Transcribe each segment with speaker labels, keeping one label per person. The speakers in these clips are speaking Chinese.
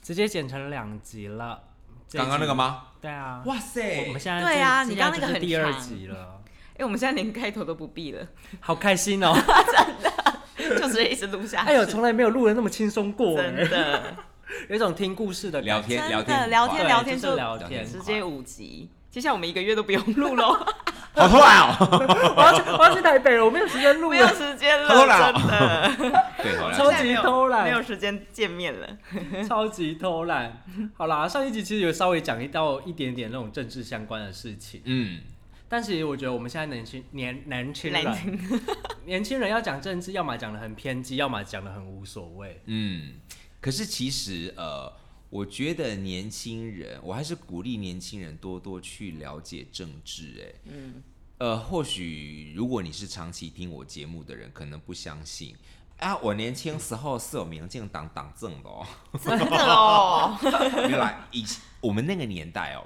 Speaker 1: 直接剪成两集了。这一
Speaker 2: 刚刚那个
Speaker 1: 集？
Speaker 2: 吗？
Speaker 1: 对啊，
Speaker 2: 哇
Speaker 1: 我
Speaker 2: 塞
Speaker 1: 们！现在
Speaker 3: 对
Speaker 1: 这
Speaker 3: 啊
Speaker 1: 现
Speaker 3: 你
Speaker 1: 在
Speaker 3: 刚刚
Speaker 1: 就
Speaker 3: 那个
Speaker 1: 是
Speaker 3: 很
Speaker 1: 第二
Speaker 3: 长
Speaker 1: 集了，
Speaker 3: 哎、我们现在连开头都不必了，
Speaker 1: 好开心哦！
Speaker 3: 就是一直录下去。
Speaker 1: 哎呦，从来没有录的那么轻松过，
Speaker 3: 真的，
Speaker 1: 有一种听故事的感
Speaker 2: 聊
Speaker 1: 觉
Speaker 2: 天
Speaker 3: 真
Speaker 2: 聊
Speaker 3: 的
Speaker 2: 天
Speaker 3: 聊
Speaker 2: 很快
Speaker 3: 天
Speaker 1: 对
Speaker 3: 聊
Speaker 1: 就
Speaker 3: 天
Speaker 1: 是
Speaker 3: 就
Speaker 1: 聊
Speaker 2: 聊
Speaker 1: 天，
Speaker 2: 天
Speaker 3: 直接五集，接下来我们一个月都不用 录喽，
Speaker 2: 好突然哦！
Speaker 1: 我要去 我要去台北了，我没有时间录啊
Speaker 3: 没有
Speaker 1: 了，
Speaker 3: 时间
Speaker 2: 偷
Speaker 3: 了，
Speaker 2: 懒
Speaker 3: 真的。
Speaker 2: 对，好
Speaker 1: 超
Speaker 2: 了，
Speaker 1: 级偷懒
Speaker 3: 没有时间见面 了。
Speaker 1: 超级偷懒。好啦，上一集其实有稍微讲到一点点那种政治相关的事情，
Speaker 2: 嗯，
Speaker 1: 但其实我觉得我们现在年轻年年轻人
Speaker 3: 年，
Speaker 1: 年轻人要讲政治，要么讲的很偏激，要么讲的很无所谓。
Speaker 2: 嗯，可是其实呃，我觉得年轻人，我还是鼓励年轻人多多去了解政治、哎，嗯，呃，或许如果你是长期听我节目的人，可能不相信。啊，我年轻时候是有民进党党政的哦。
Speaker 3: 真的哦，
Speaker 2: 没有啦，以前我们那个年代哦，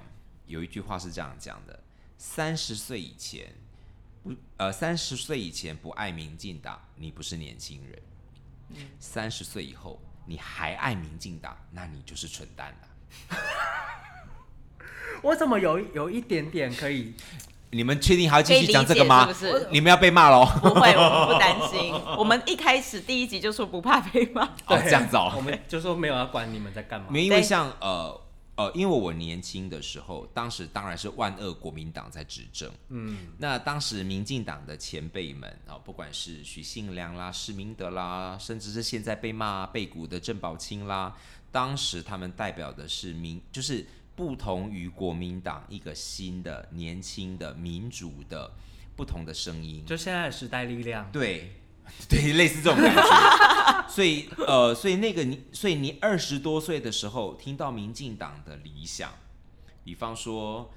Speaker 2: 有一句话是这样讲的：三十岁以前不呃，三十岁以前不爱民进党，你不是年轻人；
Speaker 3: 嗯
Speaker 2: 三十岁以后你还爱民进党，那你就是蠢蛋了。
Speaker 1: 我怎么有有一点点可以？
Speaker 2: 你们确定还要
Speaker 3: 可
Speaker 2: 继
Speaker 3: 以
Speaker 2: 续
Speaker 3: 理
Speaker 2: 讲
Speaker 3: 解
Speaker 2: 这个吗？
Speaker 3: 是不是？
Speaker 2: 你们要被骂 喽！
Speaker 3: 不会，我不担 心。我们一开始第一集就说不怕被骂，
Speaker 2: 哦，
Speaker 1: 对
Speaker 2: 这样子
Speaker 1: 我
Speaker 2: 哦，
Speaker 1: 们就说没有要管你们在干嘛。
Speaker 2: 没有因为
Speaker 3: 对
Speaker 2: 像呃呃，因为我年轻的时候，当时当然是万恶国民党在执政。
Speaker 1: 嗯，
Speaker 2: 那当时民进党的前辈们啊、不管是许信良啦、施明德啦，甚至是现在被骂被鼓的郑宝清啦，当时他们代表的是民，就是不同于国民党一个新的、年轻的、民主的不同的声音。
Speaker 1: 就现在的时代力量，
Speaker 2: 对， 对，类似这种感觉。 所以呃，所以那个你，所以你二十多岁的时候听到民进党的理想，比方说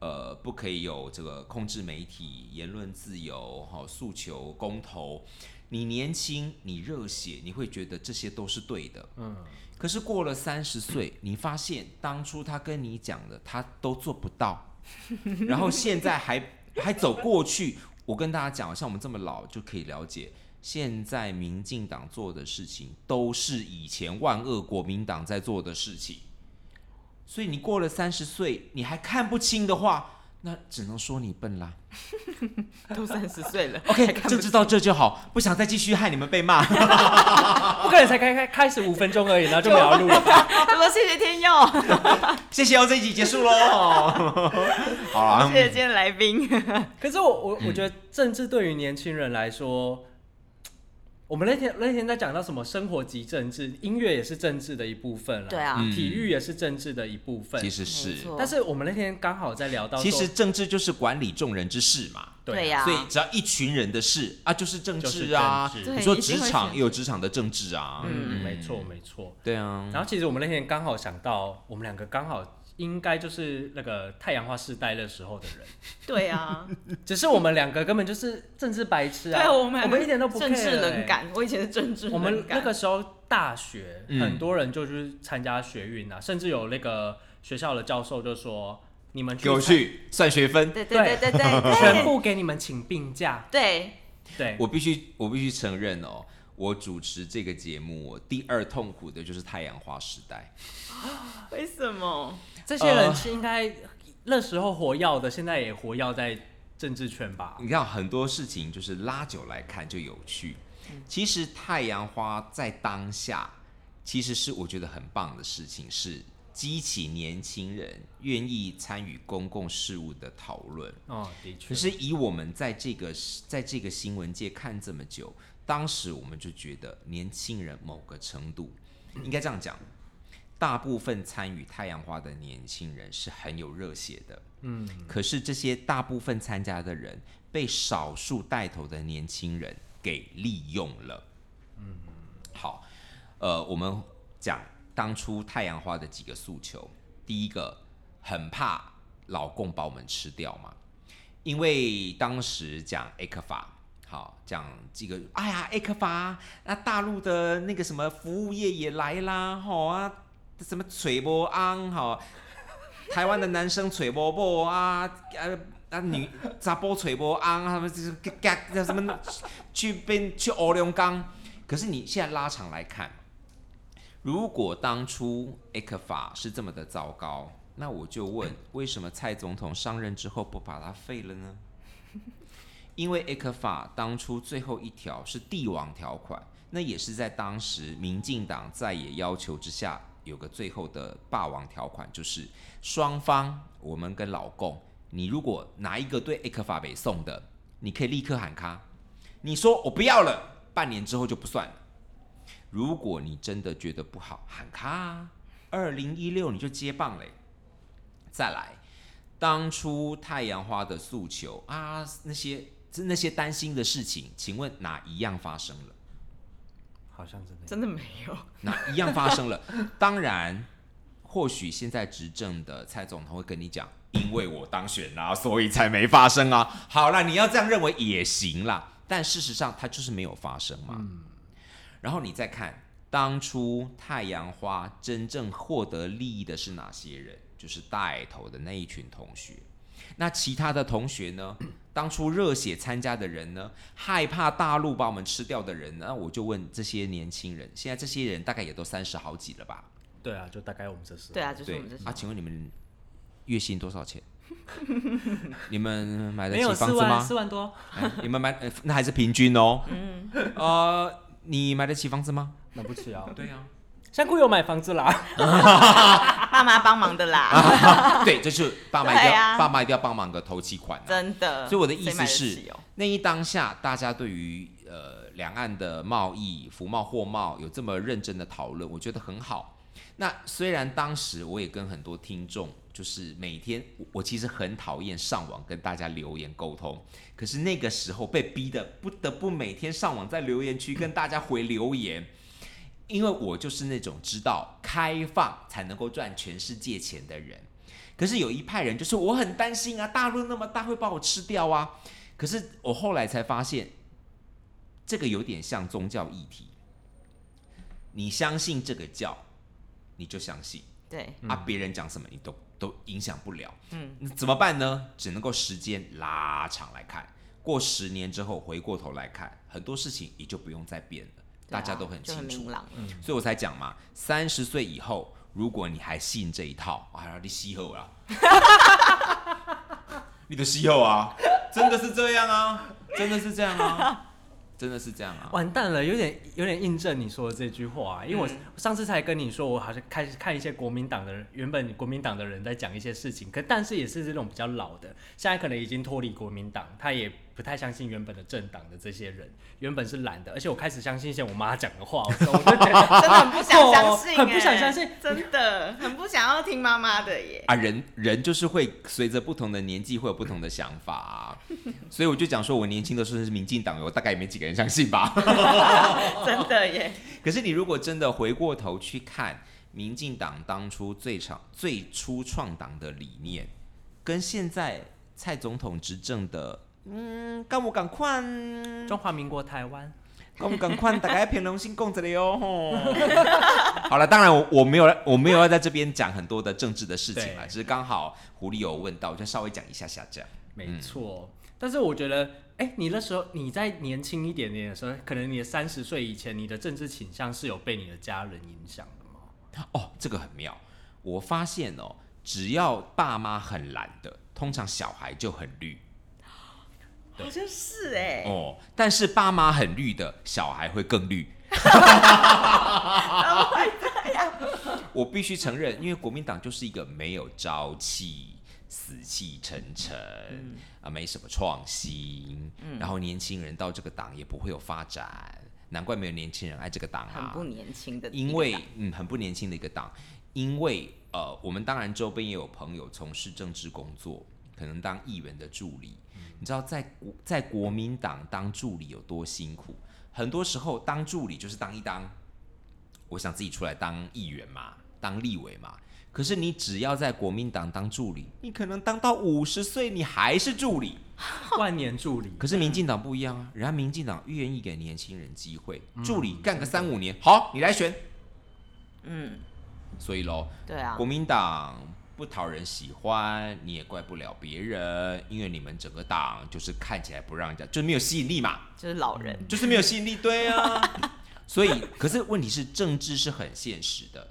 Speaker 2: 呃，不可以有这个控制媒体、言论自由，哈、诉求公投。你年轻，你热血，你会觉得这些都是对的。
Speaker 1: 嗯，
Speaker 2: 可是过了三十岁，你发现当初他跟你讲的，他都做不到， 然后现在还还走过去。我跟大家讲，像我们这么老就可以了解，现在民进党做的事情都是以前万恶国民党在做的事情。所以你过了三十岁，你还看不清的话，那只能说你笨 啦。
Speaker 3: 都三十 岁了
Speaker 2: OK，
Speaker 3: 还看
Speaker 2: 就
Speaker 3: 不
Speaker 2: 知道这就好，不想再继续害你们被骂。
Speaker 1: 不可能才开开开始五分钟而已，然后就没有 要录了。
Speaker 3: 就说谢谢天佑，
Speaker 2: 谢谢哦，这一集结 束喽。好啦，
Speaker 3: 谢谢今天的来 宾。
Speaker 1: 可是我我
Speaker 2: 嗯
Speaker 1: 我觉得政治对于年轻人来说，我们那天那天在讲到什么生活及政治，音乐也是政治的一部分了，
Speaker 3: 对啊
Speaker 2: 嗯
Speaker 1: 体育也是政治的一部分
Speaker 2: 其。实
Speaker 3: 没
Speaker 2: 是，
Speaker 3: 错
Speaker 1: 但是我们那天刚好在聊到说，
Speaker 2: 其实政治就是管理众人之事嘛。
Speaker 3: 对
Speaker 1: 呀、
Speaker 3: 啊呀、
Speaker 2: 所以只要一群人的事啊，就是政治啊。
Speaker 1: 就是政
Speaker 3: 对
Speaker 1: 治
Speaker 2: 你说
Speaker 3: 一定
Speaker 2: 职
Speaker 3: 会
Speaker 2: 场
Speaker 3: 选
Speaker 2: 也有职场的政治啊，
Speaker 1: 嗯，没错没错。
Speaker 2: 对啊，
Speaker 1: 然后其实我们那天刚好想到，我们两个刚好应该就是那个太阳花世代那时候的人，
Speaker 3: 对啊，
Speaker 1: 只是我们两个根本就是政治白痴啊，
Speaker 3: 对
Speaker 1: 我
Speaker 3: 我们
Speaker 1: 们一点都不 care
Speaker 3: 政治
Speaker 1: 欸
Speaker 3: 冷感，我以前是政治
Speaker 1: 我们
Speaker 3: 冷
Speaker 1: 那
Speaker 3: 感。
Speaker 1: 个时候大学，
Speaker 2: 嗯
Speaker 1: 很多人就去参加学运啊，甚至有那个学校的教授就说：“你们
Speaker 2: 给我
Speaker 1: 参，
Speaker 2: 去算学分。
Speaker 3: 对对对对对
Speaker 1: 全
Speaker 3: 对
Speaker 1: 部给你们请病假。
Speaker 3: 对，”
Speaker 1: 对，
Speaker 2: 我必须，我必须承认哦，我主持这个节目，我第二痛苦的就是太阳花时代。
Speaker 3: 为什么？
Speaker 1: 这些人
Speaker 2: 呃
Speaker 1: 是应该那时候活跃的，现在也活跃在政治圈吧？
Speaker 2: 你看很多事情就是拉久来看就有趣。
Speaker 1: 嗯
Speaker 2: 其实太阳花在当下其实是我觉得很棒的事情，是激起年轻人愿意参与公共事务的讨论。
Speaker 1: 哦，的确
Speaker 2: 可，是以我们在这个在这个新闻界看这么久，当时我们就觉得年轻人某个程度，应该这样讲，大部分参与太阳花的年轻人是很有热血的。
Speaker 1: 嗯，
Speaker 2: 可是这些大部分参加的人被少数带头的年轻人给利用了。嗯，好，呃，我们讲当初太阳花的几个诉求，第一个很怕老共把我们吃掉嘛，因为当时讲 A 克法。好，讲这个，哎呀，A 克法，那大陆的那个什么服务业也来啦，吼啊，什么吹波昂，吼，台湾的男生吹波波啊，呃啊女咋波吹波昂，他们就是嘎嘎什么去被去欧龙岗。可是你现在拉长来看，如果当初 e c 法是这么的糟糕，那我就问，为什么蔡总统上任之后不把它废了呢？ 因为 e c 法当初最后一条是帝王条款，那也是在当时民进党在野要求之下有个最后的霸王条款，就是双方我们跟老共，你如果拿一个对 e c 法北送的，你可以立刻喊卡，你说我不要了，半年之后就不算了。如果你真的觉得不好，喊卡、啊。二零一六你就接棒嘞。再来，当初太阳花的诉求啊，那些那些担心的事情，请问哪一样发生了？
Speaker 1: 好像真的
Speaker 3: 真的没有。
Speaker 2: 哪一样发生了？当然，或许现在执政的蔡总统会跟你讲，因为我当选啦、所以才没发生啊。好啦，你要这样认为也行啦，但事实上它就是没有发生嘛。然后你再看当初太阳花真正获得利益的是哪些人？就是带头的那一群同学。那其他的同学呢？当初热血参加的人呢？害怕大陆把我们吃掉的人呢？那我就问这些年轻人，现在这些人大概也都三十好几了吧？
Speaker 1: 对啊，就大概我们这是
Speaker 3: 对啊，就是
Speaker 2: 对
Speaker 3: 我们这些
Speaker 2: 啊，请问你们月薪多 少钱？你们买得
Speaker 1: 没
Speaker 2: 起
Speaker 1: 有
Speaker 2: 房
Speaker 1: 四
Speaker 2: 子
Speaker 1: 万
Speaker 2: 吗
Speaker 1: 四？万多，
Speaker 2: 哎你们买、 呃那还是平均哦。
Speaker 3: 嗯
Speaker 2: 呃，你买得起房子吗？
Speaker 1: 买不起啊。
Speaker 2: 对呀、
Speaker 1: 香菇有买房子啦，
Speaker 3: 爸妈帮忙的
Speaker 2: 啊
Speaker 3: 啦，
Speaker 2: 对，这就是爸妈一定
Speaker 3: 对
Speaker 2: 要、
Speaker 3: 啊
Speaker 2: 爸妈一定要帮忙个头期款、啊。
Speaker 3: 真的。
Speaker 2: 所以我的意
Speaker 3: 谁买
Speaker 2: 思
Speaker 3: 得
Speaker 2: 是
Speaker 3: 起哦，
Speaker 2: 那一当下，大家对于呃两岸的贸易、服贸、货贸有这么认真的讨论，我觉得很好。那虽然当时我也跟很多听众，就是每天我我其实很讨厌上网跟大家留言沟通，可是那个时候被逼的不得不每天上网在留言区跟大家回留言，因为我就是那种知道开放才能够赚全世界钱的人。可是有一派人就是我很担心啊，大陆那么大会把我吃掉啊。可是我后来才发现，这个有点像宗教议题。你相信这个教，你就相信、
Speaker 3: 对，
Speaker 2: 啊，别人讲什么你都都影响不了。
Speaker 3: 嗯，
Speaker 2: 那怎么办呢？只能够时间拉长来看，过十年之后回过头来看，很多事情也就不用再变了，
Speaker 3: 对
Speaker 2: 大
Speaker 3: 啊
Speaker 2: 家都很
Speaker 3: 就很
Speaker 2: 清楚
Speaker 3: 明。朗了。
Speaker 2: 所以我才讲嘛，三十岁以后，如果你还信这一套，啊，你吸后啦， 你的吸后啊，真的是这样啊，真的是这样啊，真的是这样啊。
Speaker 1: 完蛋了，有点有点印证你说的这句话、啊，因为我上次才跟你说，我好像开始看一些国民党的人，原本国民党的人在讲一些事情，可但是也是这种比较老的，现在可能已经脱离国民党，他也不太相信原本的政党的这些人，原本是懒的，而且我开始相信一些我妈讲的话，我就觉得
Speaker 3: 真的很不想相信、欸，
Speaker 1: 哦很不想相信，
Speaker 3: 真的很不想要听妈妈的 耶。
Speaker 2: 啊，人人就是会随着不同的年纪会有不同的想法、啊，所以我就讲说，我年轻的时候是民进党，我大概也没几个人相信吧。
Speaker 3: 真的耶，
Speaker 2: 可是你如果真的回过头去看，民进党当初最长最初创党的理念，跟现在蔡总统执政的，嗯，干不赶快，
Speaker 1: 中华民国台湾，
Speaker 2: 干不赶快，大家平荣心共着了哟。吼 好了，当然我我没有我没有要在这边讲很多的政治的事情了，
Speaker 1: 对
Speaker 2: 只是刚好狐狸有问到，我就稍微讲一下下这样。
Speaker 1: 没错，但是我觉得，哎、你那时候你在年轻一点点的时候，可能你的三十岁以前，你的政治倾向是有被你的家人影响的吗？
Speaker 2: 哦，这个很妙。我发现哦，只要爸妈很懒的，通常小孩就很绿。
Speaker 3: 好像是哎、
Speaker 2: 哦，但是爸妈很绿的，小孩会更 绿。
Speaker 3: 哦
Speaker 2: 我必须承认，因为国民党就是一个没有朝气、死气沉沉、
Speaker 3: 嗯
Speaker 2: 啊，没什么创新，然后年轻人到这个党也不会有发展，难怪没有年轻人爱这个党
Speaker 3: 很
Speaker 2: 啊。
Speaker 3: 不年轻的一个党，
Speaker 2: 因为嗯很不年轻的一个党，因为呃，我们当然周边也有朋友从事政治工作，可能当议员的助理，你知道在国在国民党当助理有多辛苦，很多时候当助理就是当一当，我想自己出来当议员嘛，当立委嘛。可是你只要在国民党当助理，你可能当到五十岁，你还是助理。
Speaker 1: 万年助理，
Speaker 2: 可是民进党不一样啊，人家民进党愿意给年轻人机会，助理干个三五年，好，你来选。
Speaker 3: 嗯，
Speaker 2: 所以喽，
Speaker 3: 对啊
Speaker 2: 国，民党不讨人喜欢，你也怪不了别人，因为你们整个党就是看起来不让人家，就是没有吸引力嘛，
Speaker 3: 就是老人，
Speaker 2: 就是没有吸引力，对啊。 所以，可是问题是，政治是很现实的。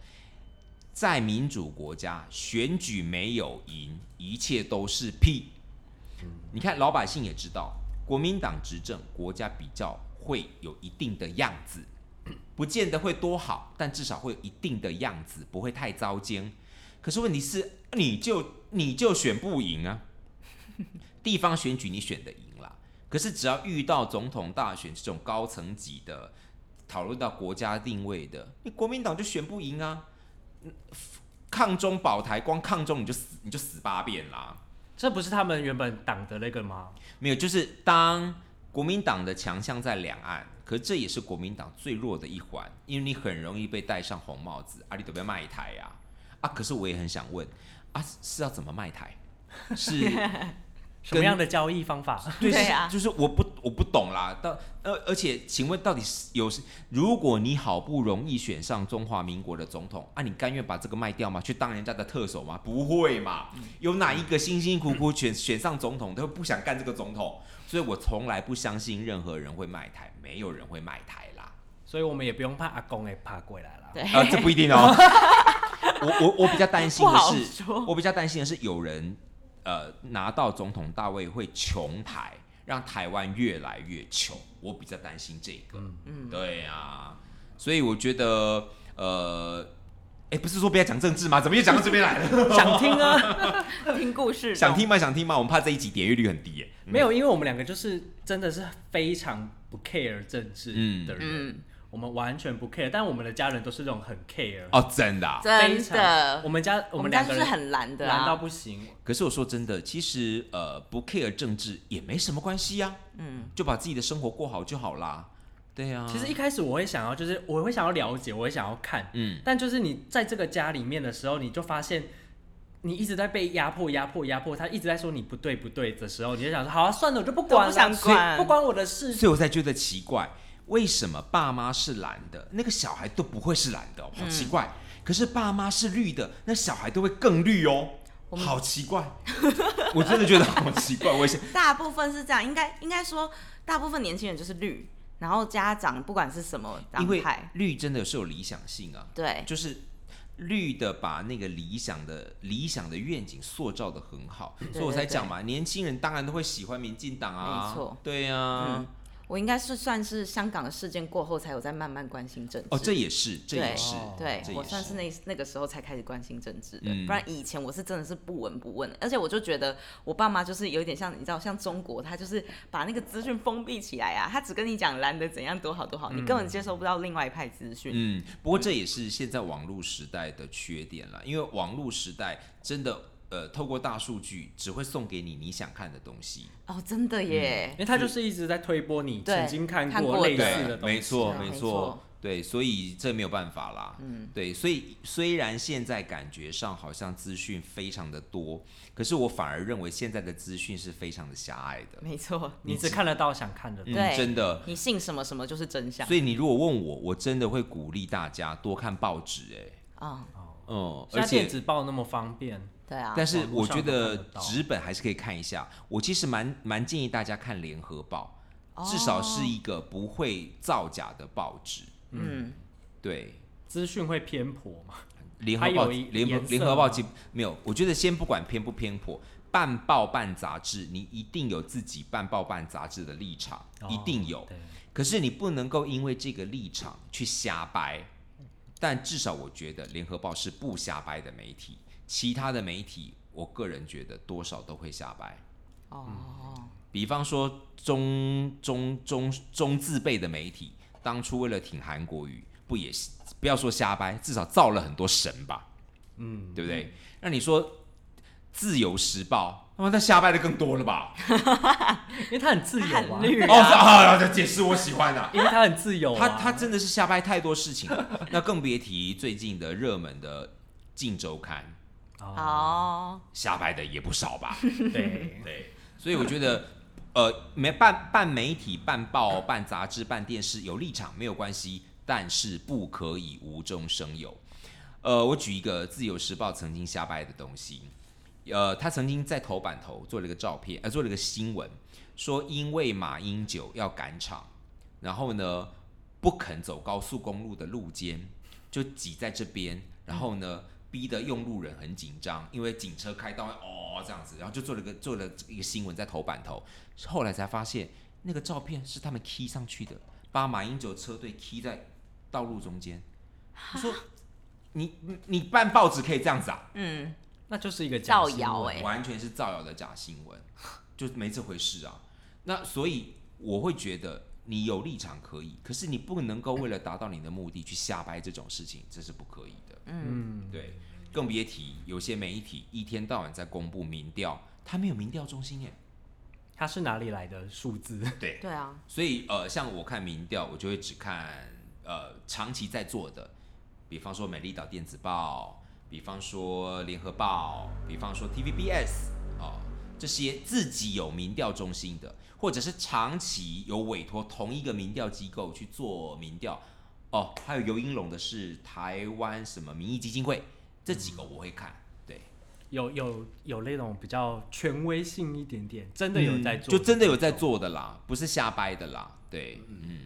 Speaker 2: 在民主国家，选举没有赢，一切都是屁。你看，老百姓也知道，国民党执政，国家比较会有一定的样子，不见得会多好，但至少会有一定的样子，不会太糟践。可是问题是，你就你就选不赢啊！地方选举你选得赢啦，可是只要遇到总统大选这种高层级的，讨论到国家定位的，你国民党就选不赢啊！抗中保台，光抗中你就死你就死八遍啦。
Speaker 1: 这不是他们原本党的那个吗？
Speaker 2: 没有，就是当国民党的强项在两岸，可这也是国民党最弱的一环，因为你很容易被戴上红帽子，啊，你都被卖台呀、啊，啊，可是我也很想问，啊，是是要怎么卖台？是
Speaker 1: 什么样的交易方法？
Speaker 2: 对
Speaker 3: 对
Speaker 2: 是
Speaker 3: 啊
Speaker 2: 就是我不我不懂啦。到而而且，请问到底是有是？如果你好不容易选上中华民国的总统，啊，你甘愿把这个卖掉吗？去当人家的特首吗？不会嘛？
Speaker 3: 嗯
Speaker 2: 有哪一个辛辛苦苦选选上总统，他会不想干这个总统？所以我从来不相信任何人会卖台，没有人会卖台啦。
Speaker 1: 所以我们也不用怕阿公给爬过来了。
Speaker 3: 对，
Speaker 2: 啊，这不一定哦。 我我我比较担心的
Speaker 3: 不好
Speaker 2: 是，
Speaker 3: 说
Speaker 2: 我比较担心的是有人呃拿到总统大位会穷台，让台湾越来越穷。我比较担心这个。嗯，对啊，所以我觉得呃，哎、不是说不要讲政治吗？怎么又讲到这边来了？
Speaker 1: 想听啊？
Speaker 3: 听故 事，
Speaker 2: 想听吗？想听吗？我们怕这一集点阅率很低耶。
Speaker 1: 没有，因为我们两个就是真的是非常不 care 政治的人，
Speaker 3: 嗯，
Speaker 1: 我们完全不 care，但我们的家人都是那种很 care，
Speaker 2: 哦，真的、啊。
Speaker 1: 非
Speaker 3: 真
Speaker 1: 常
Speaker 3: 的
Speaker 1: 我，们家
Speaker 3: 我
Speaker 1: 我们
Speaker 3: 家
Speaker 1: 两个
Speaker 3: 就是
Speaker 1: 人
Speaker 3: 很蓝的
Speaker 1: 懒到
Speaker 3: 啊，
Speaker 1: 不行，
Speaker 2: 可是我说真的，其实呃不 care 政治也没什么关系呀、嗯，就把自己的生活过好就好啦。对呀、啊，
Speaker 1: 其实一开始我会想要，就是我会想要了解，我会想要看，
Speaker 2: 嗯
Speaker 1: 但就是你在这个家里面的时候，你就发现你一直在被压迫、压迫、压迫，他一直在说你不对、不对的时候，你就想说，好啊，算了，我就不管了，
Speaker 3: 都不想
Speaker 1: 所以
Speaker 3: 管
Speaker 1: 不关我的事。
Speaker 2: 所以我才觉得奇怪，为什么爸妈是蓝的，那个小孩都不会是蓝的哦、
Speaker 3: 嗯
Speaker 2: 好奇怪。可是爸妈是绿的，那小孩都会更绿哦，好奇怪。我真的觉得好奇怪，我也是
Speaker 3: 大部分是这样，应该应该说，大部分年轻人就是绿，然后家长不管是什么 党
Speaker 2: 因为
Speaker 3: 派，
Speaker 2: 绿真的是有理想性啊，
Speaker 3: 对，
Speaker 2: 就是绿的把那个理想的理想的愿景塑造的很好，所以我才讲嘛，年轻人当然都会喜欢民进党啊，
Speaker 3: 没错，
Speaker 2: 对啊。
Speaker 3: 嗯我应该是算是香港的事件过后才有在慢慢关心政治。
Speaker 2: 哦，这也是，这也
Speaker 3: 对
Speaker 2: 是，
Speaker 3: 对
Speaker 2: 这也
Speaker 3: 我算是那那个时候才开始关心政治的，
Speaker 2: 嗯
Speaker 3: 不然以前我是真的是不闻不问的，而且我就觉得我爸妈就是有点像你知道，像中国，他就是把那个资讯封闭起来啊，他只跟你讲蓝的怎样多好多好，你根本接收不到另外一派资讯。
Speaker 2: 嗯，不过这也是现在网络时代的缺点啦，因为网络时代真的，呃，透过大数据只会送给你你想看的东西。
Speaker 3: 哦，真的
Speaker 2: 嗯
Speaker 3: 耶
Speaker 1: 因，为他就是一直在推波你
Speaker 3: 对
Speaker 1: 曾经看
Speaker 3: 看
Speaker 1: 过
Speaker 3: 过
Speaker 1: 类
Speaker 3: 的
Speaker 1: 似的东西，
Speaker 2: 没错，
Speaker 3: 啊
Speaker 2: 没
Speaker 3: 没
Speaker 2: 错
Speaker 3: 错，
Speaker 2: 对，所以这没有办法啦。嗯，对，所以虽然现在感觉上好像资讯非常的多，可是我反而认为现在的资讯是非常的狭隘的。
Speaker 3: 没错，
Speaker 1: 你只看得到想看的。
Speaker 2: 嗯，
Speaker 3: 对
Speaker 2: 真的，
Speaker 3: 你信什么什么就是真相
Speaker 2: 所以你如果问我，我真的会鼓励大家多看报纸、欸，
Speaker 3: 啊、
Speaker 2: 嗯，
Speaker 1: 现
Speaker 2: 而
Speaker 1: 在
Speaker 2: 且
Speaker 1: 电子报那么方便，
Speaker 3: 对啊，
Speaker 2: 但是
Speaker 1: 网
Speaker 2: 我
Speaker 1: 络
Speaker 2: 觉
Speaker 1: 上都看
Speaker 2: 得
Speaker 1: 得到
Speaker 2: 纸本还是可以看一下。我其实蛮蛮建议大家看《联合报》至少
Speaker 1: 哦
Speaker 2: 是一个不会造假的报纸。
Speaker 3: 嗯，
Speaker 2: 对，
Speaker 1: 资讯会偏颇嘛？
Speaker 2: 《联合报
Speaker 1: 它有》一
Speaker 2: 联合
Speaker 1: 颜色
Speaker 2: 联合报
Speaker 1: 吗
Speaker 2: 其没有，我觉得先不管偏不偏颇，半报半杂志，你一定有自己半报半杂志的立场，一定有
Speaker 1: 哦。对
Speaker 2: 可是你不能够因为这个立场去瞎掰。但至少我觉得《联合报》是不瞎掰的媒体，其他的媒体，我个人觉得多少都会瞎掰。
Speaker 3: 哦，
Speaker 2: 比方说中中中中字辈的媒体，当初为了挺韩国语，不也是不要说瞎掰，至少造了很多神吧，
Speaker 1: 嗯，
Speaker 2: 对不对？那你说《自由时报》，那么那瞎掰的更多了吧？
Speaker 1: 因为他很 自由
Speaker 3: 它
Speaker 1: 啊
Speaker 3: 很，绿
Speaker 2: 哦，
Speaker 3: 啊，
Speaker 2: 是啊，这解释我喜欢啊。
Speaker 1: 因为他很自由啊。
Speaker 2: 他他真的是瞎掰太多事情了，那更别提最近的热门的《镜周刊
Speaker 3: 哦，》，
Speaker 2: 瞎掰的也不少吧？
Speaker 1: 对，
Speaker 2: 对，所以我觉得，呃，没半半媒体、半报、半杂志、半电视有立场没有关系，但是不可以无中生有。呃，我举一个《自由时报》曾经瞎掰的东西，呃，他曾经在头版头做了一个照片，呃，做了一个新闻，说因为马英九要赶场，然后呢，不肯走高速公路的路肩，就挤在这边，然后呢，逼得用路人很紧张，因为警车开到哦这样子，然后就做了个做了一个新闻在头版头，后来才发现那个照片是他们 key 上去的，把马英九车队 key 在道路中间。我说你你你办报纸可以这样子啊？
Speaker 3: 嗯，
Speaker 1: 那就是一个假
Speaker 3: 造
Speaker 1: 新闻
Speaker 3: 谣哎、
Speaker 2: 完全是造谣的假新闻，就没这回事啊。那所以我会觉得你有立场可以，可是你不能够为了达到你的目的去瞎掰这种事情，这是不可以的。
Speaker 1: 嗯，
Speaker 2: 对，更别提有些媒体一天到晚在公布民调，他没有民调中心耶。
Speaker 1: 它是哪里来的数字？
Speaker 2: 对，
Speaker 3: 对啊，
Speaker 2: 所以呃，像我看民调，我就会只看呃长期在做的，比方说美丽岛电子报，比方说联合报，比方说 TVBS 哦、这些自己有民调中心的，或者是长期有委托同一个民调机构去做民调。哦，还有尤英龙的是台湾什么民意基金会，这几个我会看。对，
Speaker 1: 有有有那种比较权威性一点点，真的有在做，
Speaker 2: 嗯就真的有在。做的啦，不是瞎掰的啦。对，嗯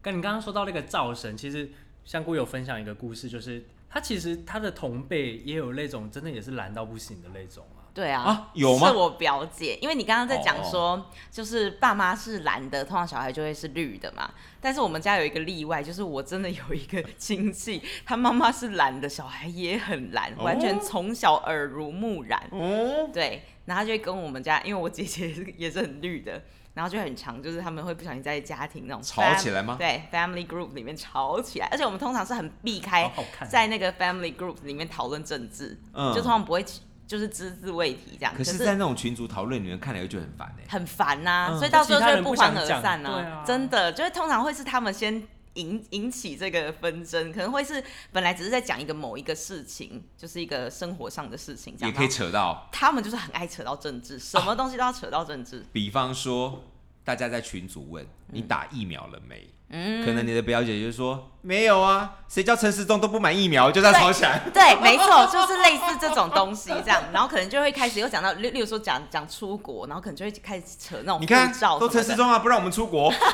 Speaker 1: 跟你刚刚说到那个造神，其实香菇有分享一个故事，就是他其实他的同辈也有那种真的也是懒到不行的那种啊。
Speaker 3: 对啊，
Speaker 2: 啊，有吗哦
Speaker 3: 是？我表姐，因为你刚刚在讲说，就是爸妈是蓝的，通常小孩就会是绿的嘛。但是我们家有一个例外，就是我真的有一个亲戚， 他妈妈是蓝的，小孩也很蓝，
Speaker 2: 哦
Speaker 3: 完全从小耳濡目染。
Speaker 2: 哦，
Speaker 3: 对，然后他就会跟我们家，因为我姐姐也是也是很绿的，然后就很常就是他们会不小心在家庭那种
Speaker 2: 吵
Speaker 3: fam-
Speaker 2: 起来吗？
Speaker 3: 对 family group 里面吵起来，而且我们通常是很避开
Speaker 1: 好好看啊
Speaker 3: 在那个 family group 里面讨论政治，
Speaker 2: 嗯
Speaker 3: 就通常不会就是只字未提这样。
Speaker 2: 可是，在那种群组讨论里面看了，就觉得很烦哎、
Speaker 3: 很烦呐、
Speaker 2: 嗯
Speaker 3: 所以到最后就会欢而
Speaker 1: 其他人不想讲
Speaker 3: 散
Speaker 1: 对啊
Speaker 3: 真的，就是通常会是他们先引引起这个纷争，可能会是本来只是在讲一个某一个事情，就是一个生活上的事情这
Speaker 2: 也
Speaker 3: 样。
Speaker 2: 可以
Speaker 3: 然后
Speaker 2: 扯到，
Speaker 3: 他们就是很爱扯到政治，什么东西都要扯到 政治。
Speaker 2: 比方说，大家在群组问你打疫苗了没？
Speaker 3: 嗯，
Speaker 2: 可能你的表姐就说没有啊，谁叫陈时中都不满疫苗，就这样吵起 来。
Speaker 3: 对，没错，就是类似这种东西这样，然后可能就会开始又讲到，例例如说讲讲出国，然后可能就会开始扯那种
Speaker 2: 你看
Speaker 3: 护照，
Speaker 2: 都
Speaker 3: 什么
Speaker 2: 陈
Speaker 3: 的
Speaker 2: 时中啊，不让我们出国。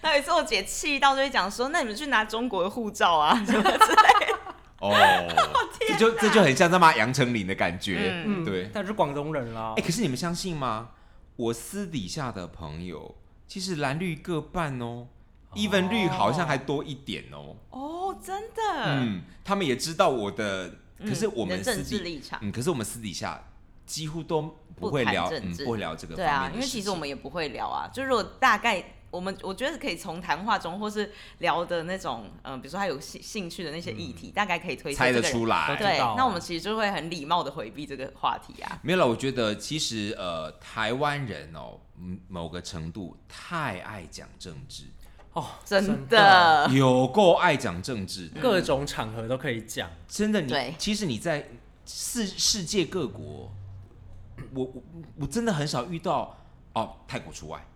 Speaker 3: 那有一次我姐气到就会讲说，那你们去拿中国的护照 啊，
Speaker 2: 哦，这就这就很像在骂杨丞琳的感觉。
Speaker 1: 嗯，
Speaker 2: 对，
Speaker 1: 但是广东人啊啦
Speaker 2: 哎、，可是你们相信吗？我私底下的朋友，其实蓝绿各半哦，even 绿好像还多一点哦。
Speaker 3: 哦，真的，
Speaker 2: 嗯，他们也知道我的，
Speaker 3: 嗯，
Speaker 2: 可是我们
Speaker 3: 你的
Speaker 2: 私
Speaker 3: 政治
Speaker 2: 底
Speaker 3: 立场，
Speaker 2: 嗯，可是我们私底下几乎都不会
Speaker 3: 不谈
Speaker 2: 聊，
Speaker 3: 政
Speaker 2: 嗯，
Speaker 3: 治
Speaker 2: 不会聊这个
Speaker 3: 对
Speaker 2: 方面
Speaker 3: 啊，
Speaker 2: 的
Speaker 3: 因为
Speaker 2: 事
Speaker 3: 其实我
Speaker 2: 情
Speaker 3: 们也不会聊啊，就如果大概我们我觉得可以从谈话中或是聊的那种，嗯、比如说他有兴兴趣的那些议题，大概可以推
Speaker 2: 嗯猜
Speaker 3: 测
Speaker 2: 得
Speaker 3: 这个人。
Speaker 2: 出来。
Speaker 1: 知
Speaker 3: 对啊
Speaker 1: 道，
Speaker 3: 那我们其实就会很礼貌的回避这个话题啊。
Speaker 2: 没有了，我觉得其实呃，台湾人哦，嗯某个程度太爱讲政治，
Speaker 1: 哦，
Speaker 3: 真
Speaker 1: 的，
Speaker 3: 的，
Speaker 2: 有够爱讲政治的，
Speaker 1: 各种场合都可以讲。
Speaker 2: 真的你。
Speaker 3: 对
Speaker 2: 其实你在世世界各国，我我我真的很少遇到哦，泰国除外，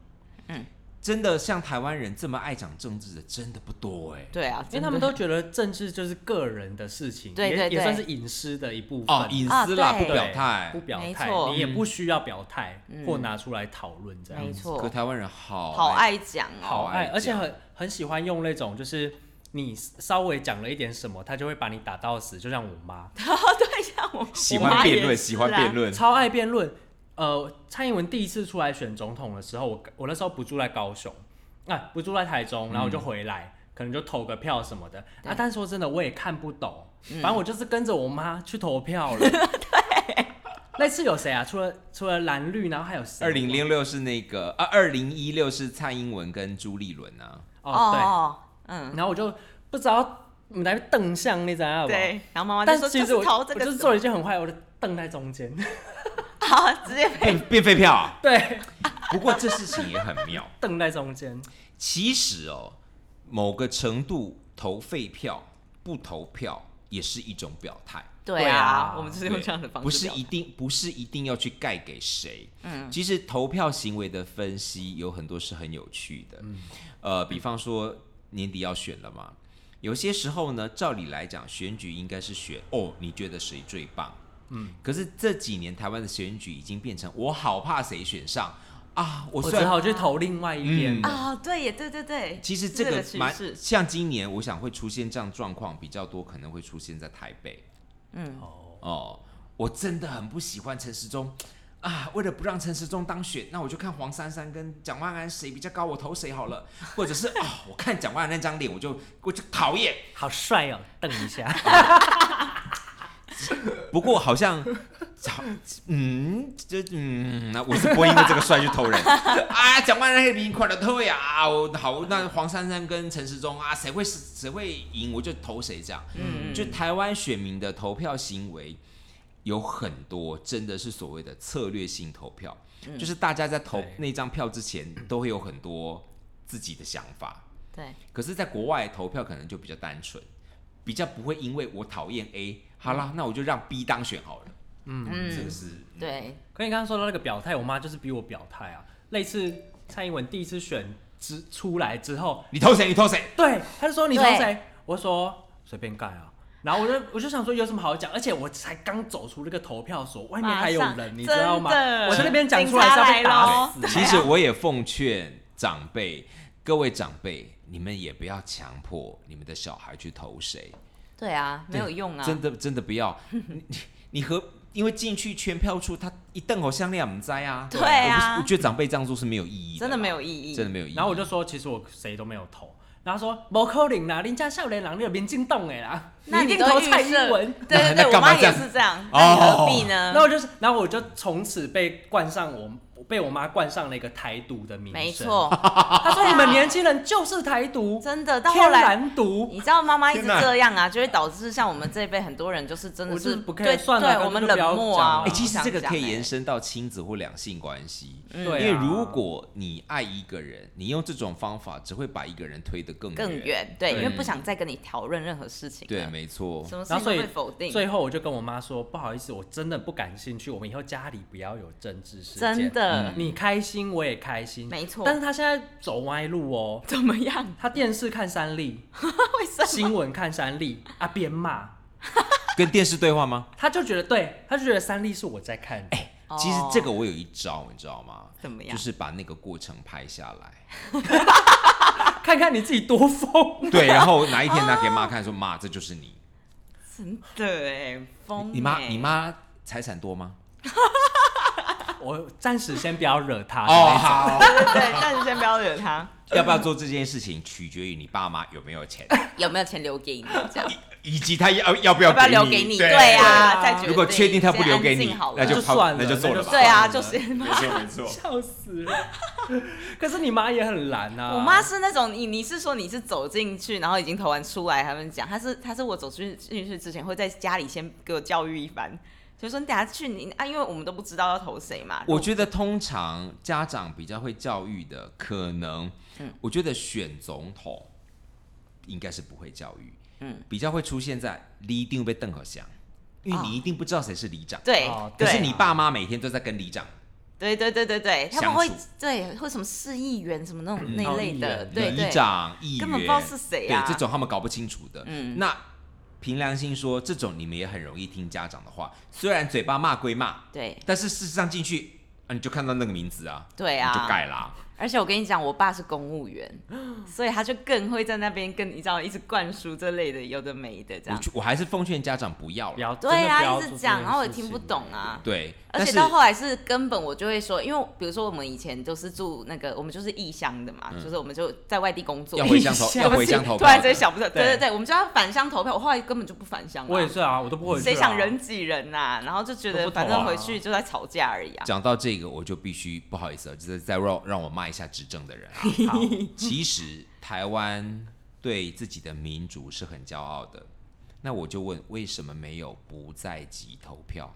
Speaker 3: 嗯，
Speaker 2: 真的像台湾人这么爱讲政治的，真的不多哎、
Speaker 3: 对啊，
Speaker 1: 因为他们都觉得政治就是个人的事情，
Speaker 3: 对对
Speaker 1: 也也
Speaker 3: 对
Speaker 1: 算是隐私的一部分。
Speaker 2: 哦，隐
Speaker 3: 啊
Speaker 2: 私啦，
Speaker 3: 对
Speaker 2: 不表态
Speaker 1: 不。表
Speaker 3: 没
Speaker 1: 态，
Speaker 3: 错
Speaker 1: 你也不需要表态、
Speaker 3: 嗯
Speaker 1: 或拿出来讨论这样。
Speaker 3: 没
Speaker 2: 可
Speaker 3: 错，
Speaker 2: 台湾人好哎
Speaker 3: 好爱讲
Speaker 1: 好
Speaker 3: 哦，
Speaker 1: 爱，而且
Speaker 2: 讲
Speaker 1: 很很喜欢用那种就是。你稍微讲了一点什么，他就会把你打到死，就像我妈，
Speaker 3: 对，像我
Speaker 2: 喜
Speaker 3: 我
Speaker 2: 欢
Speaker 3: 妈也
Speaker 2: 辩论，
Speaker 3: 是
Speaker 2: 喜欢
Speaker 3: 啊
Speaker 2: 辩论。
Speaker 1: 超爱辩论。呃，蔡英文第一次出来选总统的时候，我我那时候不住在高雄，啊，不住在台中，然后我就回来，可能就投个票什么的。啊，但说真的，我也看不懂，反正我就是跟着我妈去投票了。对，那次有谁啊？除了除了蓝绿，然后还有谁？啊
Speaker 2: 二零零六是那个啊，二零一六是蔡英文跟朱立伦啊，
Speaker 1: 哦，对，
Speaker 3: 嗯，
Speaker 1: 然后我就不知道我们来瞪向那张啊，
Speaker 3: 对，然后妈妈就
Speaker 1: 但
Speaker 3: 说
Speaker 1: 其
Speaker 3: 就
Speaker 1: 实
Speaker 3: 是
Speaker 1: 我
Speaker 3: 投这
Speaker 1: 我
Speaker 3: 个
Speaker 1: 就
Speaker 3: 什
Speaker 1: 是
Speaker 3: 么，
Speaker 1: 做了一件很坏，我就瞪在中 间。
Speaker 3: 好，直接
Speaker 2: 变变废票、啊。
Speaker 1: 对，
Speaker 2: 不过这事情也很妙，
Speaker 1: 瞪在中间。
Speaker 2: 其实哦，某个程度投废票、不投票也是一种表态。
Speaker 3: 对
Speaker 1: 对
Speaker 3: 啊
Speaker 1: 啊，
Speaker 3: 我们就是
Speaker 2: 对
Speaker 3: 用这样的方式
Speaker 2: 不是
Speaker 3: 表达，
Speaker 2: 一定不是一定要去盖给谁。嗯，其实投票行为的分析有很多是很有趣的。嗯，呃，比方说年底要选了嘛，有些时候呢，照理来讲，选举应该是选哦，你觉得谁最棒？嗯，可是这几年台湾的选举已经变成我好怕谁选上。啊，我
Speaker 1: 我
Speaker 2: 虽
Speaker 1: 只
Speaker 2: 然
Speaker 1: 好去投另外一边
Speaker 2: 嗯
Speaker 1: 的。
Speaker 3: 啊、对耶，对对对，
Speaker 2: 其实
Speaker 3: 是
Speaker 2: 这
Speaker 3: 这
Speaker 2: 个
Speaker 3: 趋
Speaker 2: 蛮
Speaker 3: 势，
Speaker 2: 像今年，我想会出现这样状况比较多，可能会出现在台北。
Speaker 3: 嗯，
Speaker 1: 哦，
Speaker 2: 哦，我真的很不喜欢陈时中啊！为了不让陈时中当选，那我就看黄珊珊跟蒋万安谁比较高，我投谁好了。或者是啊、我看蒋万安那张脸，我就我就讨厌。
Speaker 1: 好帅哦，瞪一 下。
Speaker 2: 不过好像，好嗯，这嗯，那我是不会因为这个帅去偷人啊。蒋万安比你快乐退啊！我好，那黄珊珊跟陈时中啊，谁会谁会赢，我就投谁这样。
Speaker 3: 嗯，
Speaker 2: 就台湾选民的投票行为有很多，真的是所谓的策略性投票，就是大家在投
Speaker 1: 对
Speaker 2: 那张票之前都会有很多自己的想法，
Speaker 3: 对，
Speaker 2: 可是，在国外投票可能就比较单纯，比较不会因为我讨厌 A，好啦，那我就让 B 当选好了，这个
Speaker 3: 嗯，
Speaker 2: 是
Speaker 3: 对，
Speaker 1: 可你刚刚说到那个表态，我妈就是逼我表态啊。类似蔡英文第一次选之出来之后，
Speaker 2: 你投谁？你投谁？
Speaker 1: 对，她就说你投
Speaker 3: 对
Speaker 1: 谁？我说随便盖啊。然后我就我就想说有什么好讲，而且我才刚走出那个投票所，外面还有
Speaker 3: 马上
Speaker 1: 人，你知道吗
Speaker 3: 真的？
Speaker 1: 我在那边讲出来是要被打死
Speaker 3: 警察来咯对
Speaker 1: 的。
Speaker 2: 其实我也奉劝长辈，各位长辈，你们也不要强迫你们的小孩去投谁。
Speaker 3: 对啊，没有用啊，
Speaker 2: 真的真的不要， 你你你和因为进去全票处，他一瞪口向亮唔栽啊，
Speaker 3: 对啊
Speaker 2: 我不是我觉得长辈这样做是没有意义
Speaker 3: 真
Speaker 2: 的
Speaker 3: 的
Speaker 2: 啦
Speaker 3: 没有意义，
Speaker 2: 真的没有意义。
Speaker 1: 然后我就说，其实我谁都没有投。然后说某可能啦，人家少年郎，你有民进党哎啦，
Speaker 3: 那
Speaker 1: 你
Speaker 3: 你
Speaker 1: 一定
Speaker 3: 都
Speaker 1: 投
Speaker 3: 预
Speaker 1: 蔡英
Speaker 3: 设嗯
Speaker 1: 文。
Speaker 3: 对
Speaker 2: 那
Speaker 3: 对对，
Speaker 2: 那
Speaker 3: 我
Speaker 2: 干嘛
Speaker 3: 妈
Speaker 2: 这
Speaker 3: 也
Speaker 2: 样
Speaker 3: 是这样，那你何必
Speaker 1: 然后
Speaker 3: 呢？
Speaker 1: 我就是，然后我就从此被冠上我被我妈冠上了一个台独的名声。
Speaker 3: 没，错，
Speaker 1: 她说你们年轻人就是台 独，
Speaker 3: 真的到后
Speaker 1: 天
Speaker 3: 来。
Speaker 1: 然独。
Speaker 3: 你知道妈妈一直
Speaker 2: 天哪
Speaker 3: 这样啊，就会导致像我们这一辈很多人就是真的
Speaker 1: 我就是是不 care，
Speaker 3: 对
Speaker 1: 算了
Speaker 3: 对我
Speaker 1: 反
Speaker 3: 们
Speaker 1: 正就不要
Speaker 3: 冷漠啊
Speaker 1: 讲了。
Speaker 2: 哎、其实这个可以延
Speaker 3: 伸，
Speaker 2: 伸到亲子或两性关系。
Speaker 3: 嗯
Speaker 1: 对啊
Speaker 2: 因为如果你爱一个人，你用这种方法只会把一个人推得更
Speaker 3: 更远，对，因
Speaker 2: 对
Speaker 3: 为不想再跟你讨论任何事情了，
Speaker 2: 对，没错。
Speaker 3: 什么事
Speaker 1: 然后
Speaker 3: 情都
Speaker 1: 所以
Speaker 3: 会否定，
Speaker 1: 最后我就跟我妈说，不好意思，我真的不感兴趣。我们以后家里不要有政治事件。
Speaker 3: 真，
Speaker 2: 嗯
Speaker 3: 的
Speaker 1: 你开心我也开心，
Speaker 3: 没错
Speaker 1: 但是她现在走歪路哦，
Speaker 3: 怎么样？
Speaker 1: 她电视看三立，
Speaker 3: 为什么？
Speaker 1: 新闻看三立，啊边骂，
Speaker 2: 跟电视对话吗？哎
Speaker 1: 她就觉得对，她就觉得三立是我在看哎的。
Speaker 2: 其实这个我有一招，你知道吗？
Speaker 3: 哦怎么样
Speaker 2: 就是把那个过程拍下来。
Speaker 1: 看看你自己多 疯。
Speaker 2: 对，然后哪一天拿给妈看，说妈，这就是你。
Speaker 3: 真的哎，疯
Speaker 2: 你妈，
Speaker 3: 哎
Speaker 2: 你妈财产多吗？
Speaker 1: 我暂时先不要惹她。
Speaker 2: 哦，好。
Speaker 3: 对，但是先不要惹他。
Speaker 2: 要不要做这件事情，取决于你爸妈有没有钱，
Speaker 3: 有没有钱留给你？这样
Speaker 2: 以及他要要不要
Speaker 3: 要不要留给你？对
Speaker 1: 啊
Speaker 3: 啊，再决定
Speaker 2: 如果确定他不留给
Speaker 3: 先安
Speaker 2: 你
Speaker 3: 静好，了
Speaker 2: 那就
Speaker 1: 就算了
Speaker 2: 那就做了吧。
Speaker 3: 对
Speaker 1: 算了
Speaker 3: 啊，就是
Speaker 2: 没错没错。
Speaker 1: 笑死了！可是你妈也很懒啊。
Speaker 3: 我妈是那种你你是说你是走进去，然后已经投完出来，他们讲她是她是我走进进去之前会在家里先给我教育一番，就说你等下去你啊，因为我们都不知道要投谁嘛。
Speaker 2: 我觉得通常家长比较会教育的，可能，
Speaker 3: 嗯
Speaker 2: 我觉得选总统应该是不会教育，
Speaker 3: 嗯
Speaker 2: 比较会出现在你一定被邓和祥，因为你一定不知道谁是里长，
Speaker 3: 对
Speaker 1: 哦
Speaker 2: 可是
Speaker 3: 哦对
Speaker 2: 你爸妈每天都在跟里长
Speaker 3: 对对对对对，他
Speaker 2: 相
Speaker 3: 们会
Speaker 2: 处嗯
Speaker 3: 对会什么市议员什么那种那
Speaker 1: 哦
Speaker 3: 一类
Speaker 1: 议
Speaker 3: 的，
Speaker 1: 员
Speaker 3: 对
Speaker 2: 里
Speaker 3: 对，
Speaker 2: 长、议员，
Speaker 3: 根本不知道是谁啊
Speaker 2: 对，这种他们搞不清楚的。
Speaker 3: 嗯
Speaker 2: 那凭良心说，这种你们也很容易听家长的话，虽然嘴巴骂归骂，
Speaker 3: 对
Speaker 2: 但是事实上进去啊，你就看到那个名字啊，
Speaker 3: 对
Speaker 2: 你就
Speaker 3: 啊。
Speaker 2: 盖啦。
Speaker 3: 而且我跟你讲，我爸是公务员，所以他就更会在那边跟你知道一直灌输这类的有的没的这
Speaker 2: 我
Speaker 3: 样。
Speaker 2: 就我还是奉劝家长不要
Speaker 1: 不
Speaker 2: 了。
Speaker 1: 要
Speaker 3: 对啊，
Speaker 1: 呀，
Speaker 3: 一直讲，然后我也听不懂。啊。
Speaker 2: 对，
Speaker 3: 而
Speaker 2: 但
Speaker 3: 且
Speaker 2: 是
Speaker 3: 到后来是根本我就会说，因为比如说我们以前都是住那个，我们就是异乡的嘛，就是我们就在外地工作，
Speaker 2: 嗯要回乡投，
Speaker 1: 一 下
Speaker 2: 要回乡投
Speaker 3: 突
Speaker 2: 票
Speaker 3: 然
Speaker 2: 的。
Speaker 3: 之间想不出来，对
Speaker 1: 对
Speaker 3: 对对，我们就要返乡投票，我后来根本就不返乡了，
Speaker 1: 我也是啊，我都不会去啊。
Speaker 3: 谁想人挤人呐、然后就觉
Speaker 1: 都
Speaker 3: 得
Speaker 1: 不投啊
Speaker 3: 反正回去就在吵架而已啊。
Speaker 2: 讲到这个，我就必须不好意思了，就是再让让我骂一下执政的人啊。
Speaker 1: 好？
Speaker 3: 嗯
Speaker 2: 其实台湾对自己的民主是很骄傲的。那我就问，为什么没有不在籍投票？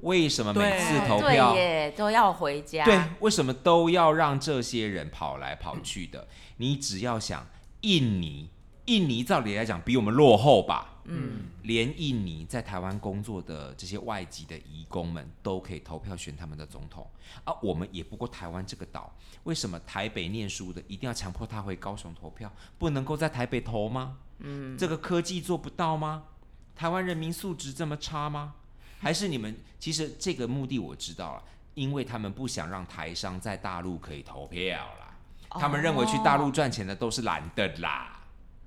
Speaker 2: 为什么每次
Speaker 1: 对啊
Speaker 2: 投
Speaker 3: 对
Speaker 2: 票？
Speaker 3: 耶，都要回家。
Speaker 2: 对，为什么都要让这些人跑来跑去的？你只要想，印尼，印尼照理来讲比我们落后吧？
Speaker 1: 嗯，
Speaker 2: 连印尼在台湾工作的这些外籍的移工们都可以投票选他们的总统，而、我们也不过台湾这个岛，为什么台北念书的一定要强迫他回高雄投票，不能够在台北投吗？嗯，这个科技做不到吗？台湾人民素质这么差吗？还是你们其实这个目的我知道了，因为他们不想让台商在大陆可以投票啦，他们认为去大陆赚钱的都是蓝的啦。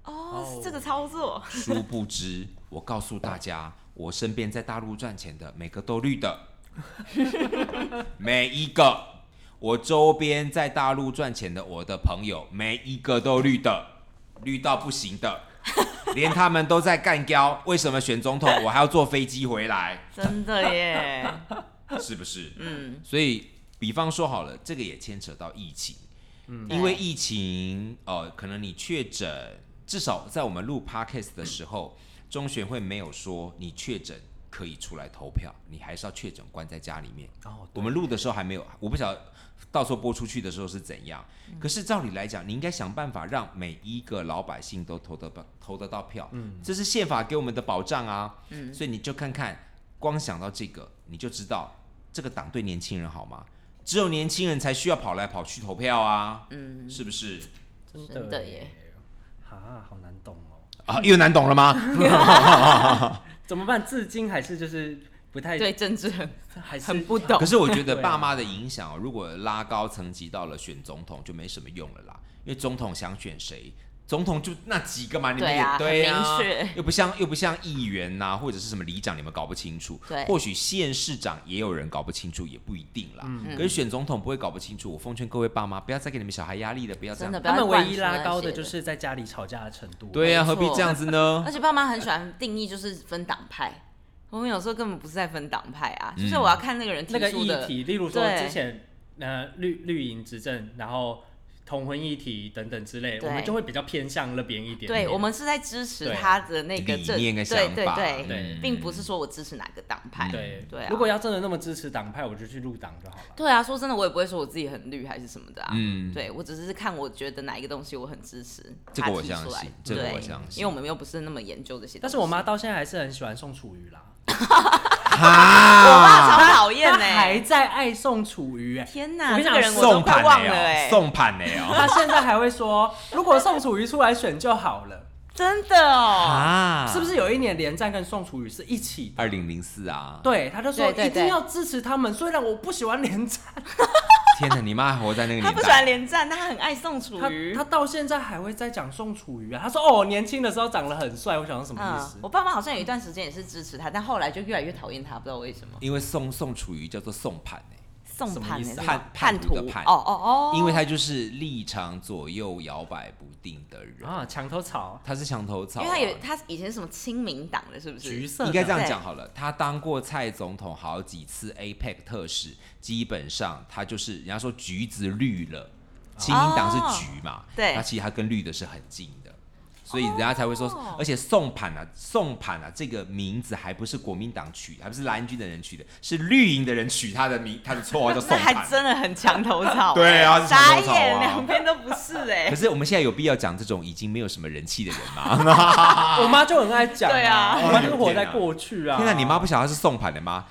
Speaker 3: 哦，是这个操作，
Speaker 2: 殊不知，我告诉大家，我身边在大陆赚钱的每个都绿的，每一个。我周边在大陆赚钱的我的朋友，每一个都绿的，绿到不行的，连他们都在干胶。为什么选总统我还要坐飞机回来？
Speaker 3: 真 的耶，
Speaker 2: 是不是？
Speaker 3: 嗯，
Speaker 2: 所以，比方说好了，这个也牵扯到疫情，因为疫情，呃，可能你确诊，至少在我们录 podcast 的时候，中选会没有说你确诊可以出来投票，你还是要确诊关在家里面。
Speaker 1: 哦，
Speaker 2: 我们录的时候还没有，我不晓得到时候播出去的时候是怎样。
Speaker 3: 嗯
Speaker 2: 可是照理来讲，你应该想办法让每一个老百姓都投得到投得到票，嗯，这是宪法给我们的保障啊。
Speaker 3: 嗯，
Speaker 2: 所以你就看看，光想到这个，你就知道这个党对年轻人好吗？只有年轻人才需要跑来跑去投票啊，
Speaker 3: 嗯，
Speaker 2: 是不是？
Speaker 1: 真
Speaker 3: 真的耶，
Speaker 1: 啊，好难懂哦，
Speaker 2: 啊，又难懂了吗？
Speaker 1: 怎么办？至今还是就是不太，
Speaker 3: 对政治很
Speaker 1: 还是
Speaker 3: 很不懂
Speaker 2: 可。是我觉得
Speaker 1: 对啊
Speaker 2: 爸妈的影响、哦，如果拉高层级到了选总统，就没什么用了啦，因为总统想选谁，总统就那几个嘛，你们
Speaker 3: 对
Speaker 2: 也
Speaker 3: 啊
Speaker 2: 对啊，
Speaker 3: 很明确
Speaker 2: 又不像又不像议员呐、或者是什么里长，你们搞不清楚。
Speaker 3: 对
Speaker 2: 或许县市长也有人搞不清楚，也不一定啦。
Speaker 3: 嗯
Speaker 2: 可是选总统不会搞不清楚，我奉劝各位爸妈，不要再给你们小孩压力了，不要这
Speaker 3: 真
Speaker 2: 样
Speaker 3: 的。
Speaker 1: 他们唯一
Speaker 3: 不要乱说
Speaker 1: 拉高
Speaker 3: 那
Speaker 1: 的
Speaker 3: 些
Speaker 1: 就是在家里吵架的程度。
Speaker 2: 对呀、
Speaker 3: 没
Speaker 2: 何必
Speaker 3: 错
Speaker 2: 这样子呢
Speaker 3: 而？且爸妈很喜欢定义，就是分党派。我们有时候根本不是在分党派啊，
Speaker 2: 嗯
Speaker 3: 就是我要看那个人提
Speaker 1: 那个
Speaker 3: 出
Speaker 1: 议
Speaker 3: 的，
Speaker 1: 题，例如说
Speaker 3: 对
Speaker 1: 之前呃绿绿营执政，然后同婚议题等等之类，
Speaker 3: 对
Speaker 1: 我们就会比较偏向那边一点点。
Speaker 3: 对我们是在支持
Speaker 1: 对
Speaker 3: 他的 那个
Speaker 2: 啊理
Speaker 3: 政，
Speaker 2: 念
Speaker 3: 对
Speaker 2: 跟想
Speaker 3: 对
Speaker 2: 法啊嗯
Speaker 3: 对
Speaker 1: 对
Speaker 3: 并不是说我支持哪个党派，
Speaker 1: 对
Speaker 3: 对啊
Speaker 1: 如果要真的那么支持党派，我就去入党就好了。
Speaker 3: 对啊，说真的，我也不会说我自己很绿还是什么的啊，
Speaker 2: 嗯，
Speaker 3: 对我只是看我觉得哪一个东西我很支持，
Speaker 2: 这个
Speaker 3: 他
Speaker 2: 我
Speaker 3: 提
Speaker 2: 相
Speaker 3: 出来
Speaker 2: 信这个
Speaker 3: 对
Speaker 2: 我相信
Speaker 3: 因为我们又不是那么研究这些东西，
Speaker 1: 但是我妈到现在还是很喜欢宋楚瑜啦，
Speaker 3: 我爸
Speaker 2: 哈，
Speaker 3: 超讨厌欸
Speaker 1: 她还
Speaker 3: 呢，
Speaker 1: 在爱宋楚瑜哎、
Speaker 3: 天哪，
Speaker 1: 我跟你
Speaker 3: 这
Speaker 1: 讲
Speaker 3: 个人我都
Speaker 2: 送
Speaker 3: 快
Speaker 2: 盘
Speaker 3: 忘
Speaker 2: 了
Speaker 3: 了哎、
Speaker 2: 哦，送盘了哦。
Speaker 1: 她现在还会说，如果宋楚瑜出来选就好了，
Speaker 3: 真的哦，
Speaker 2: 啊，
Speaker 1: 是不是有一年连战跟宋楚瑜是一起的？
Speaker 2: 二零零四啊？
Speaker 1: 对，她就说
Speaker 3: 对对
Speaker 1: 一定
Speaker 3: 对
Speaker 1: 要支持他们，虽然我不喜欢连战，
Speaker 2: 天哪，你妈还活在那个
Speaker 3: 他
Speaker 2: 年
Speaker 3: 不喜欢
Speaker 2: 代。
Speaker 3: 连战，但他很爱宋楚
Speaker 1: 他
Speaker 3: 瑜，
Speaker 1: 他到现在还会在讲宋楚瑜啊，他说哦，我年轻的时候长得很帅，我想说什
Speaker 3: 嗯
Speaker 1: 么意思？
Speaker 3: 我爸妈好像有一段时间也是支持他，但后来就越来越讨厌他，不知道为什么。
Speaker 2: 因为宋宋楚瑜叫做宋盘、
Speaker 3: 宋
Speaker 1: 什么
Speaker 3: 叛
Speaker 1: 意
Speaker 3: 呢
Speaker 1: 思？
Speaker 3: 是
Speaker 2: 叛
Speaker 3: 吗
Speaker 2: 叛
Speaker 3: 叛
Speaker 2: 徒
Speaker 3: 徒
Speaker 2: 的叛
Speaker 3: 哦哦哦，
Speaker 2: 因为他就是立场左右摇摆不定的人，
Speaker 1: 啊，墙头草，
Speaker 2: 他是墙头草、啊
Speaker 3: 因为他有他以前是什么亲民党的，是不
Speaker 1: 橘
Speaker 3: 是？
Speaker 1: 色的
Speaker 2: 应该这样
Speaker 3: 对
Speaker 2: 讲好了，他当过蔡总统好几次 APEC 特使，基本上他就是人家说橘子绿
Speaker 1: 哦
Speaker 2: 了，亲民党是橘嘛，
Speaker 3: 对
Speaker 2: 那其实他跟绿的是很近的，所以人家才会说，
Speaker 1: 哦
Speaker 2: 而且宋盘啊，宋盘啊这个名字还不是国民党取的，还不是蓝军的人取的，是绿营的人取他的名，他的绰号叫
Speaker 3: 那
Speaker 2: 宋
Speaker 3: 还
Speaker 2: 盘。
Speaker 3: 真的很墙头草欸，
Speaker 2: 对啊是墙
Speaker 3: 傻
Speaker 2: 头草啊
Speaker 3: 眼，两边都不是哎
Speaker 2: 可。是我们现在有必要讲这种已经没有什么人气的人吗？
Speaker 1: 啊我妈就很爱讲、
Speaker 3: 对啊
Speaker 1: 我妈就是活在过去啊。
Speaker 2: 天哪，你妈不晓得她是宋盘的吗？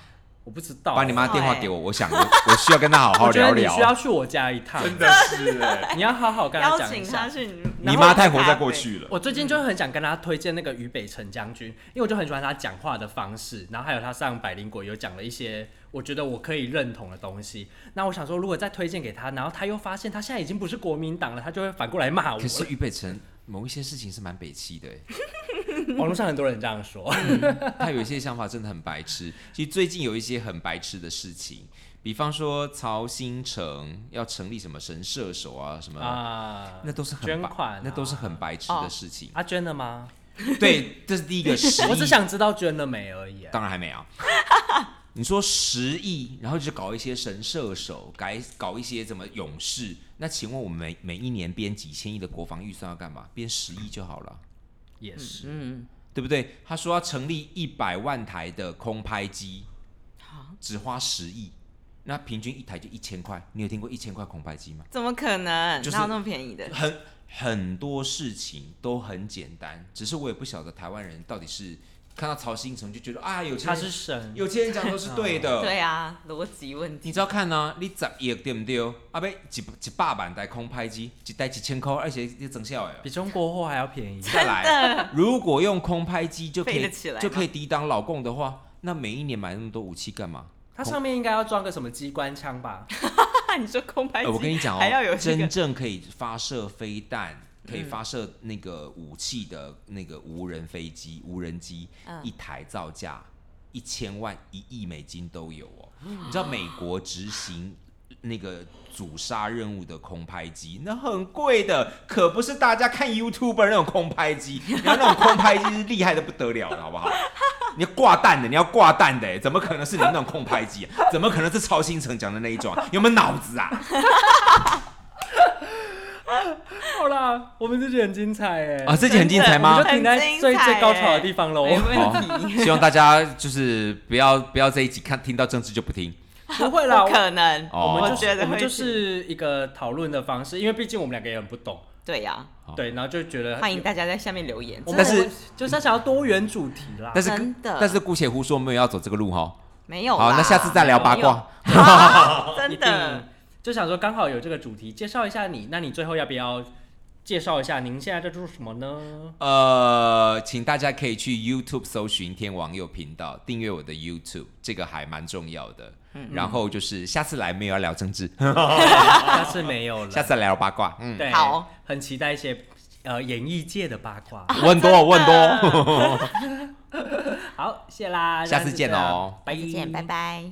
Speaker 1: 我不知道，
Speaker 2: 把你妈电话给我，我想 我我需要跟她好好
Speaker 1: 哦哎我觉得
Speaker 2: 聊
Speaker 1: 你需要
Speaker 2: 聊。
Speaker 1: 去我家一趟，
Speaker 2: 的是哎、
Speaker 1: 你要好好跟她
Speaker 3: 邀
Speaker 1: 讲一
Speaker 3: 请
Speaker 1: 下。
Speaker 3: 他去你，
Speaker 2: 你
Speaker 3: 然后
Speaker 2: 妈
Speaker 3: 去
Speaker 2: 太活
Speaker 3: 咖
Speaker 2: 在
Speaker 3: 啡
Speaker 2: 过。去了。
Speaker 1: 我最近就很想跟她推荐那个于北辰将军，因为我就很喜欢他讲话的方式，然后还有他上百灵果有讲了一些我觉得我可以认同的东西。那我想说，如果再推荐给他，然后他又发现他现在已经不是国民党了，他就会反过来骂我
Speaker 2: 可是
Speaker 1: 了。
Speaker 2: 俞北辰某一些事情是蛮北气的欸，
Speaker 1: 网络上很多人这样说，
Speaker 2: 他有一些想法真的很白痴。其实最近有一些很白痴的事情，比方说曹新成要成立什么神射手啊什么，
Speaker 1: 啊，
Speaker 2: 那都是很
Speaker 1: 捐
Speaker 2: 白
Speaker 1: 款啊
Speaker 2: 那都是很白痴的事情。
Speaker 1: 啊捐了吗？
Speaker 2: 对，哦这是第一 个十
Speaker 1: 我只
Speaker 2: 亿，
Speaker 1: 想知道捐了没而已。
Speaker 2: 当然还没 有。你说十亿，然后就搞一些神射手，改搞一些什么勇士？那请问我们每每一年编几千亿的国防预算要干嘛？编十亿就好了。
Speaker 1: 也是，
Speaker 3: 嗯，
Speaker 2: 对不对？他说要成立一百万台的空拍机，只花十亿，那平均一台就一千块。你有听过一千块空拍机吗？
Speaker 3: 怎么可能？
Speaker 2: 就是
Speaker 3: 哪有那么便宜的？
Speaker 2: 很很多事情都很简单，只是我也不晓得台湾人到底是看到曹新成就觉得啊，有钱
Speaker 1: 他
Speaker 2: 人
Speaker 1: 是神，
Speaker 2: 有钱人讲都是对的。
Speaker 3: 对啊，逻辑问题。
Speaker 2: 你只要看呢、啊，你十亿对不对？啊，要一一百万台空拍机，一台一千块，而且你整笑的。
Speaker 1: 比中国货还要便宜。
Speaker 2: 再来，如果用空拍机就可
Speaker 3: 飞
Speaker 2: 以
Speaker 3: 得起来吗
Speaker 2: 就可以抵挡老共的话，那每一年买那么多武器干嘛？
Speaker 1: 它上面应该要装个什么机关枪吧？
Speaker 3: 你说空拍机，
Speaker 2: 呃，我跟你讲
Speaker 3: 还要
Speaker 2: 哦
Speaker 3: 有，这个嗯
Speaker 2: 真正可以发射飞弹、可以发射那个武器的那个无人飞机、无人机，
Speaker 3: 嗯
Speaker 2: 一台造价一千万、一亿美金都有哦。你知道美国执行那个阻杀任务的空拍机， 那很贵的，可不是大家看 YouTube 那种空拍机， 然后那种空拍机是厉害的不得了的，好不 好？你要挂弹的，你要挂弹的，怎么可能是你那种空拍机、啊？怎么可能是曹新成讲的那一种、啊？有没有脑子啊？
Speaker 1: 好啦，我们这集很精彩哎、
Speaker 2: 啊，这集很精彩
Speaker 1: 我
Speaker 2: 吗
Speaker 1: 们就？停在最
Speaker 3: 很精彩
Speaker 1: 最高潮的地方喽。
Speaker 3: 没问
Speaker 2: 好，
Speaker 3: 题，
Speaker 2: 希望大家就是不要不要这一集看听到政治就不听。
Speaker 1: 不会啦，
Speaker 3: 不
Speaker 1: 我
Speaker 3: 可能，
Speaker 2: 哦
Speaker 1: 们
Speaker 3: 我
Speaker 1: 就是
Speaker 3: 觉得
Speaker 1: 我们
Speaker 3: 会
Speaker 1: 就是一个讨论的方式，因为毕竟我们两个也很不懂，
Speaker 3: 对呀。
Speaker 2: 好
Speaker 1: 对，然后就觉得
Speaker 3: 哦欢迎大家在下面留言，
Speaker 1: 我们
Speaker 2: 哦但是
Speaker 1: 就是他想要多元主题啦。
Speaker 2: 但是
Speaker 3: 真的
Speaker 2: 但是姑且胡说，没有要走这个路哈。
Speaker 3: 没有啦。
Speaker 2: 好，那下次再聊八卦。
Speaker 3: 啊，
Speaker 1: 一
Speaker 3: 真
Speaker 1: 定
Speaker 3: 的，
Speaker 1: 就想说刚好有这个主题，介绍一下你，那你最后要不要介绍一下您现在在做什么 呢？
Speaker 2: 呃，请大家可以去 YouTube 搜寻天王佑频道，订阅我的 YouTube，这个还蛮重要的。
Speaker 3: 嗯
Speaker 2: 然后就是下次来没有要聊政 治，
Speaker 1: 下次没有了，
Speaker 2: 下次来聊八卦。嗯，
Speaker 1: 对，
Speaker 3: 好，啊
Speaker 1: 很期待一些呃演艺界的八卦。
Speaker 2: 问多问多，
Speaker 1: 好，谢啦，
Speaker 2: 下次见哦
Speaker 1: 拜
Speaker 3: 再见，拜拜。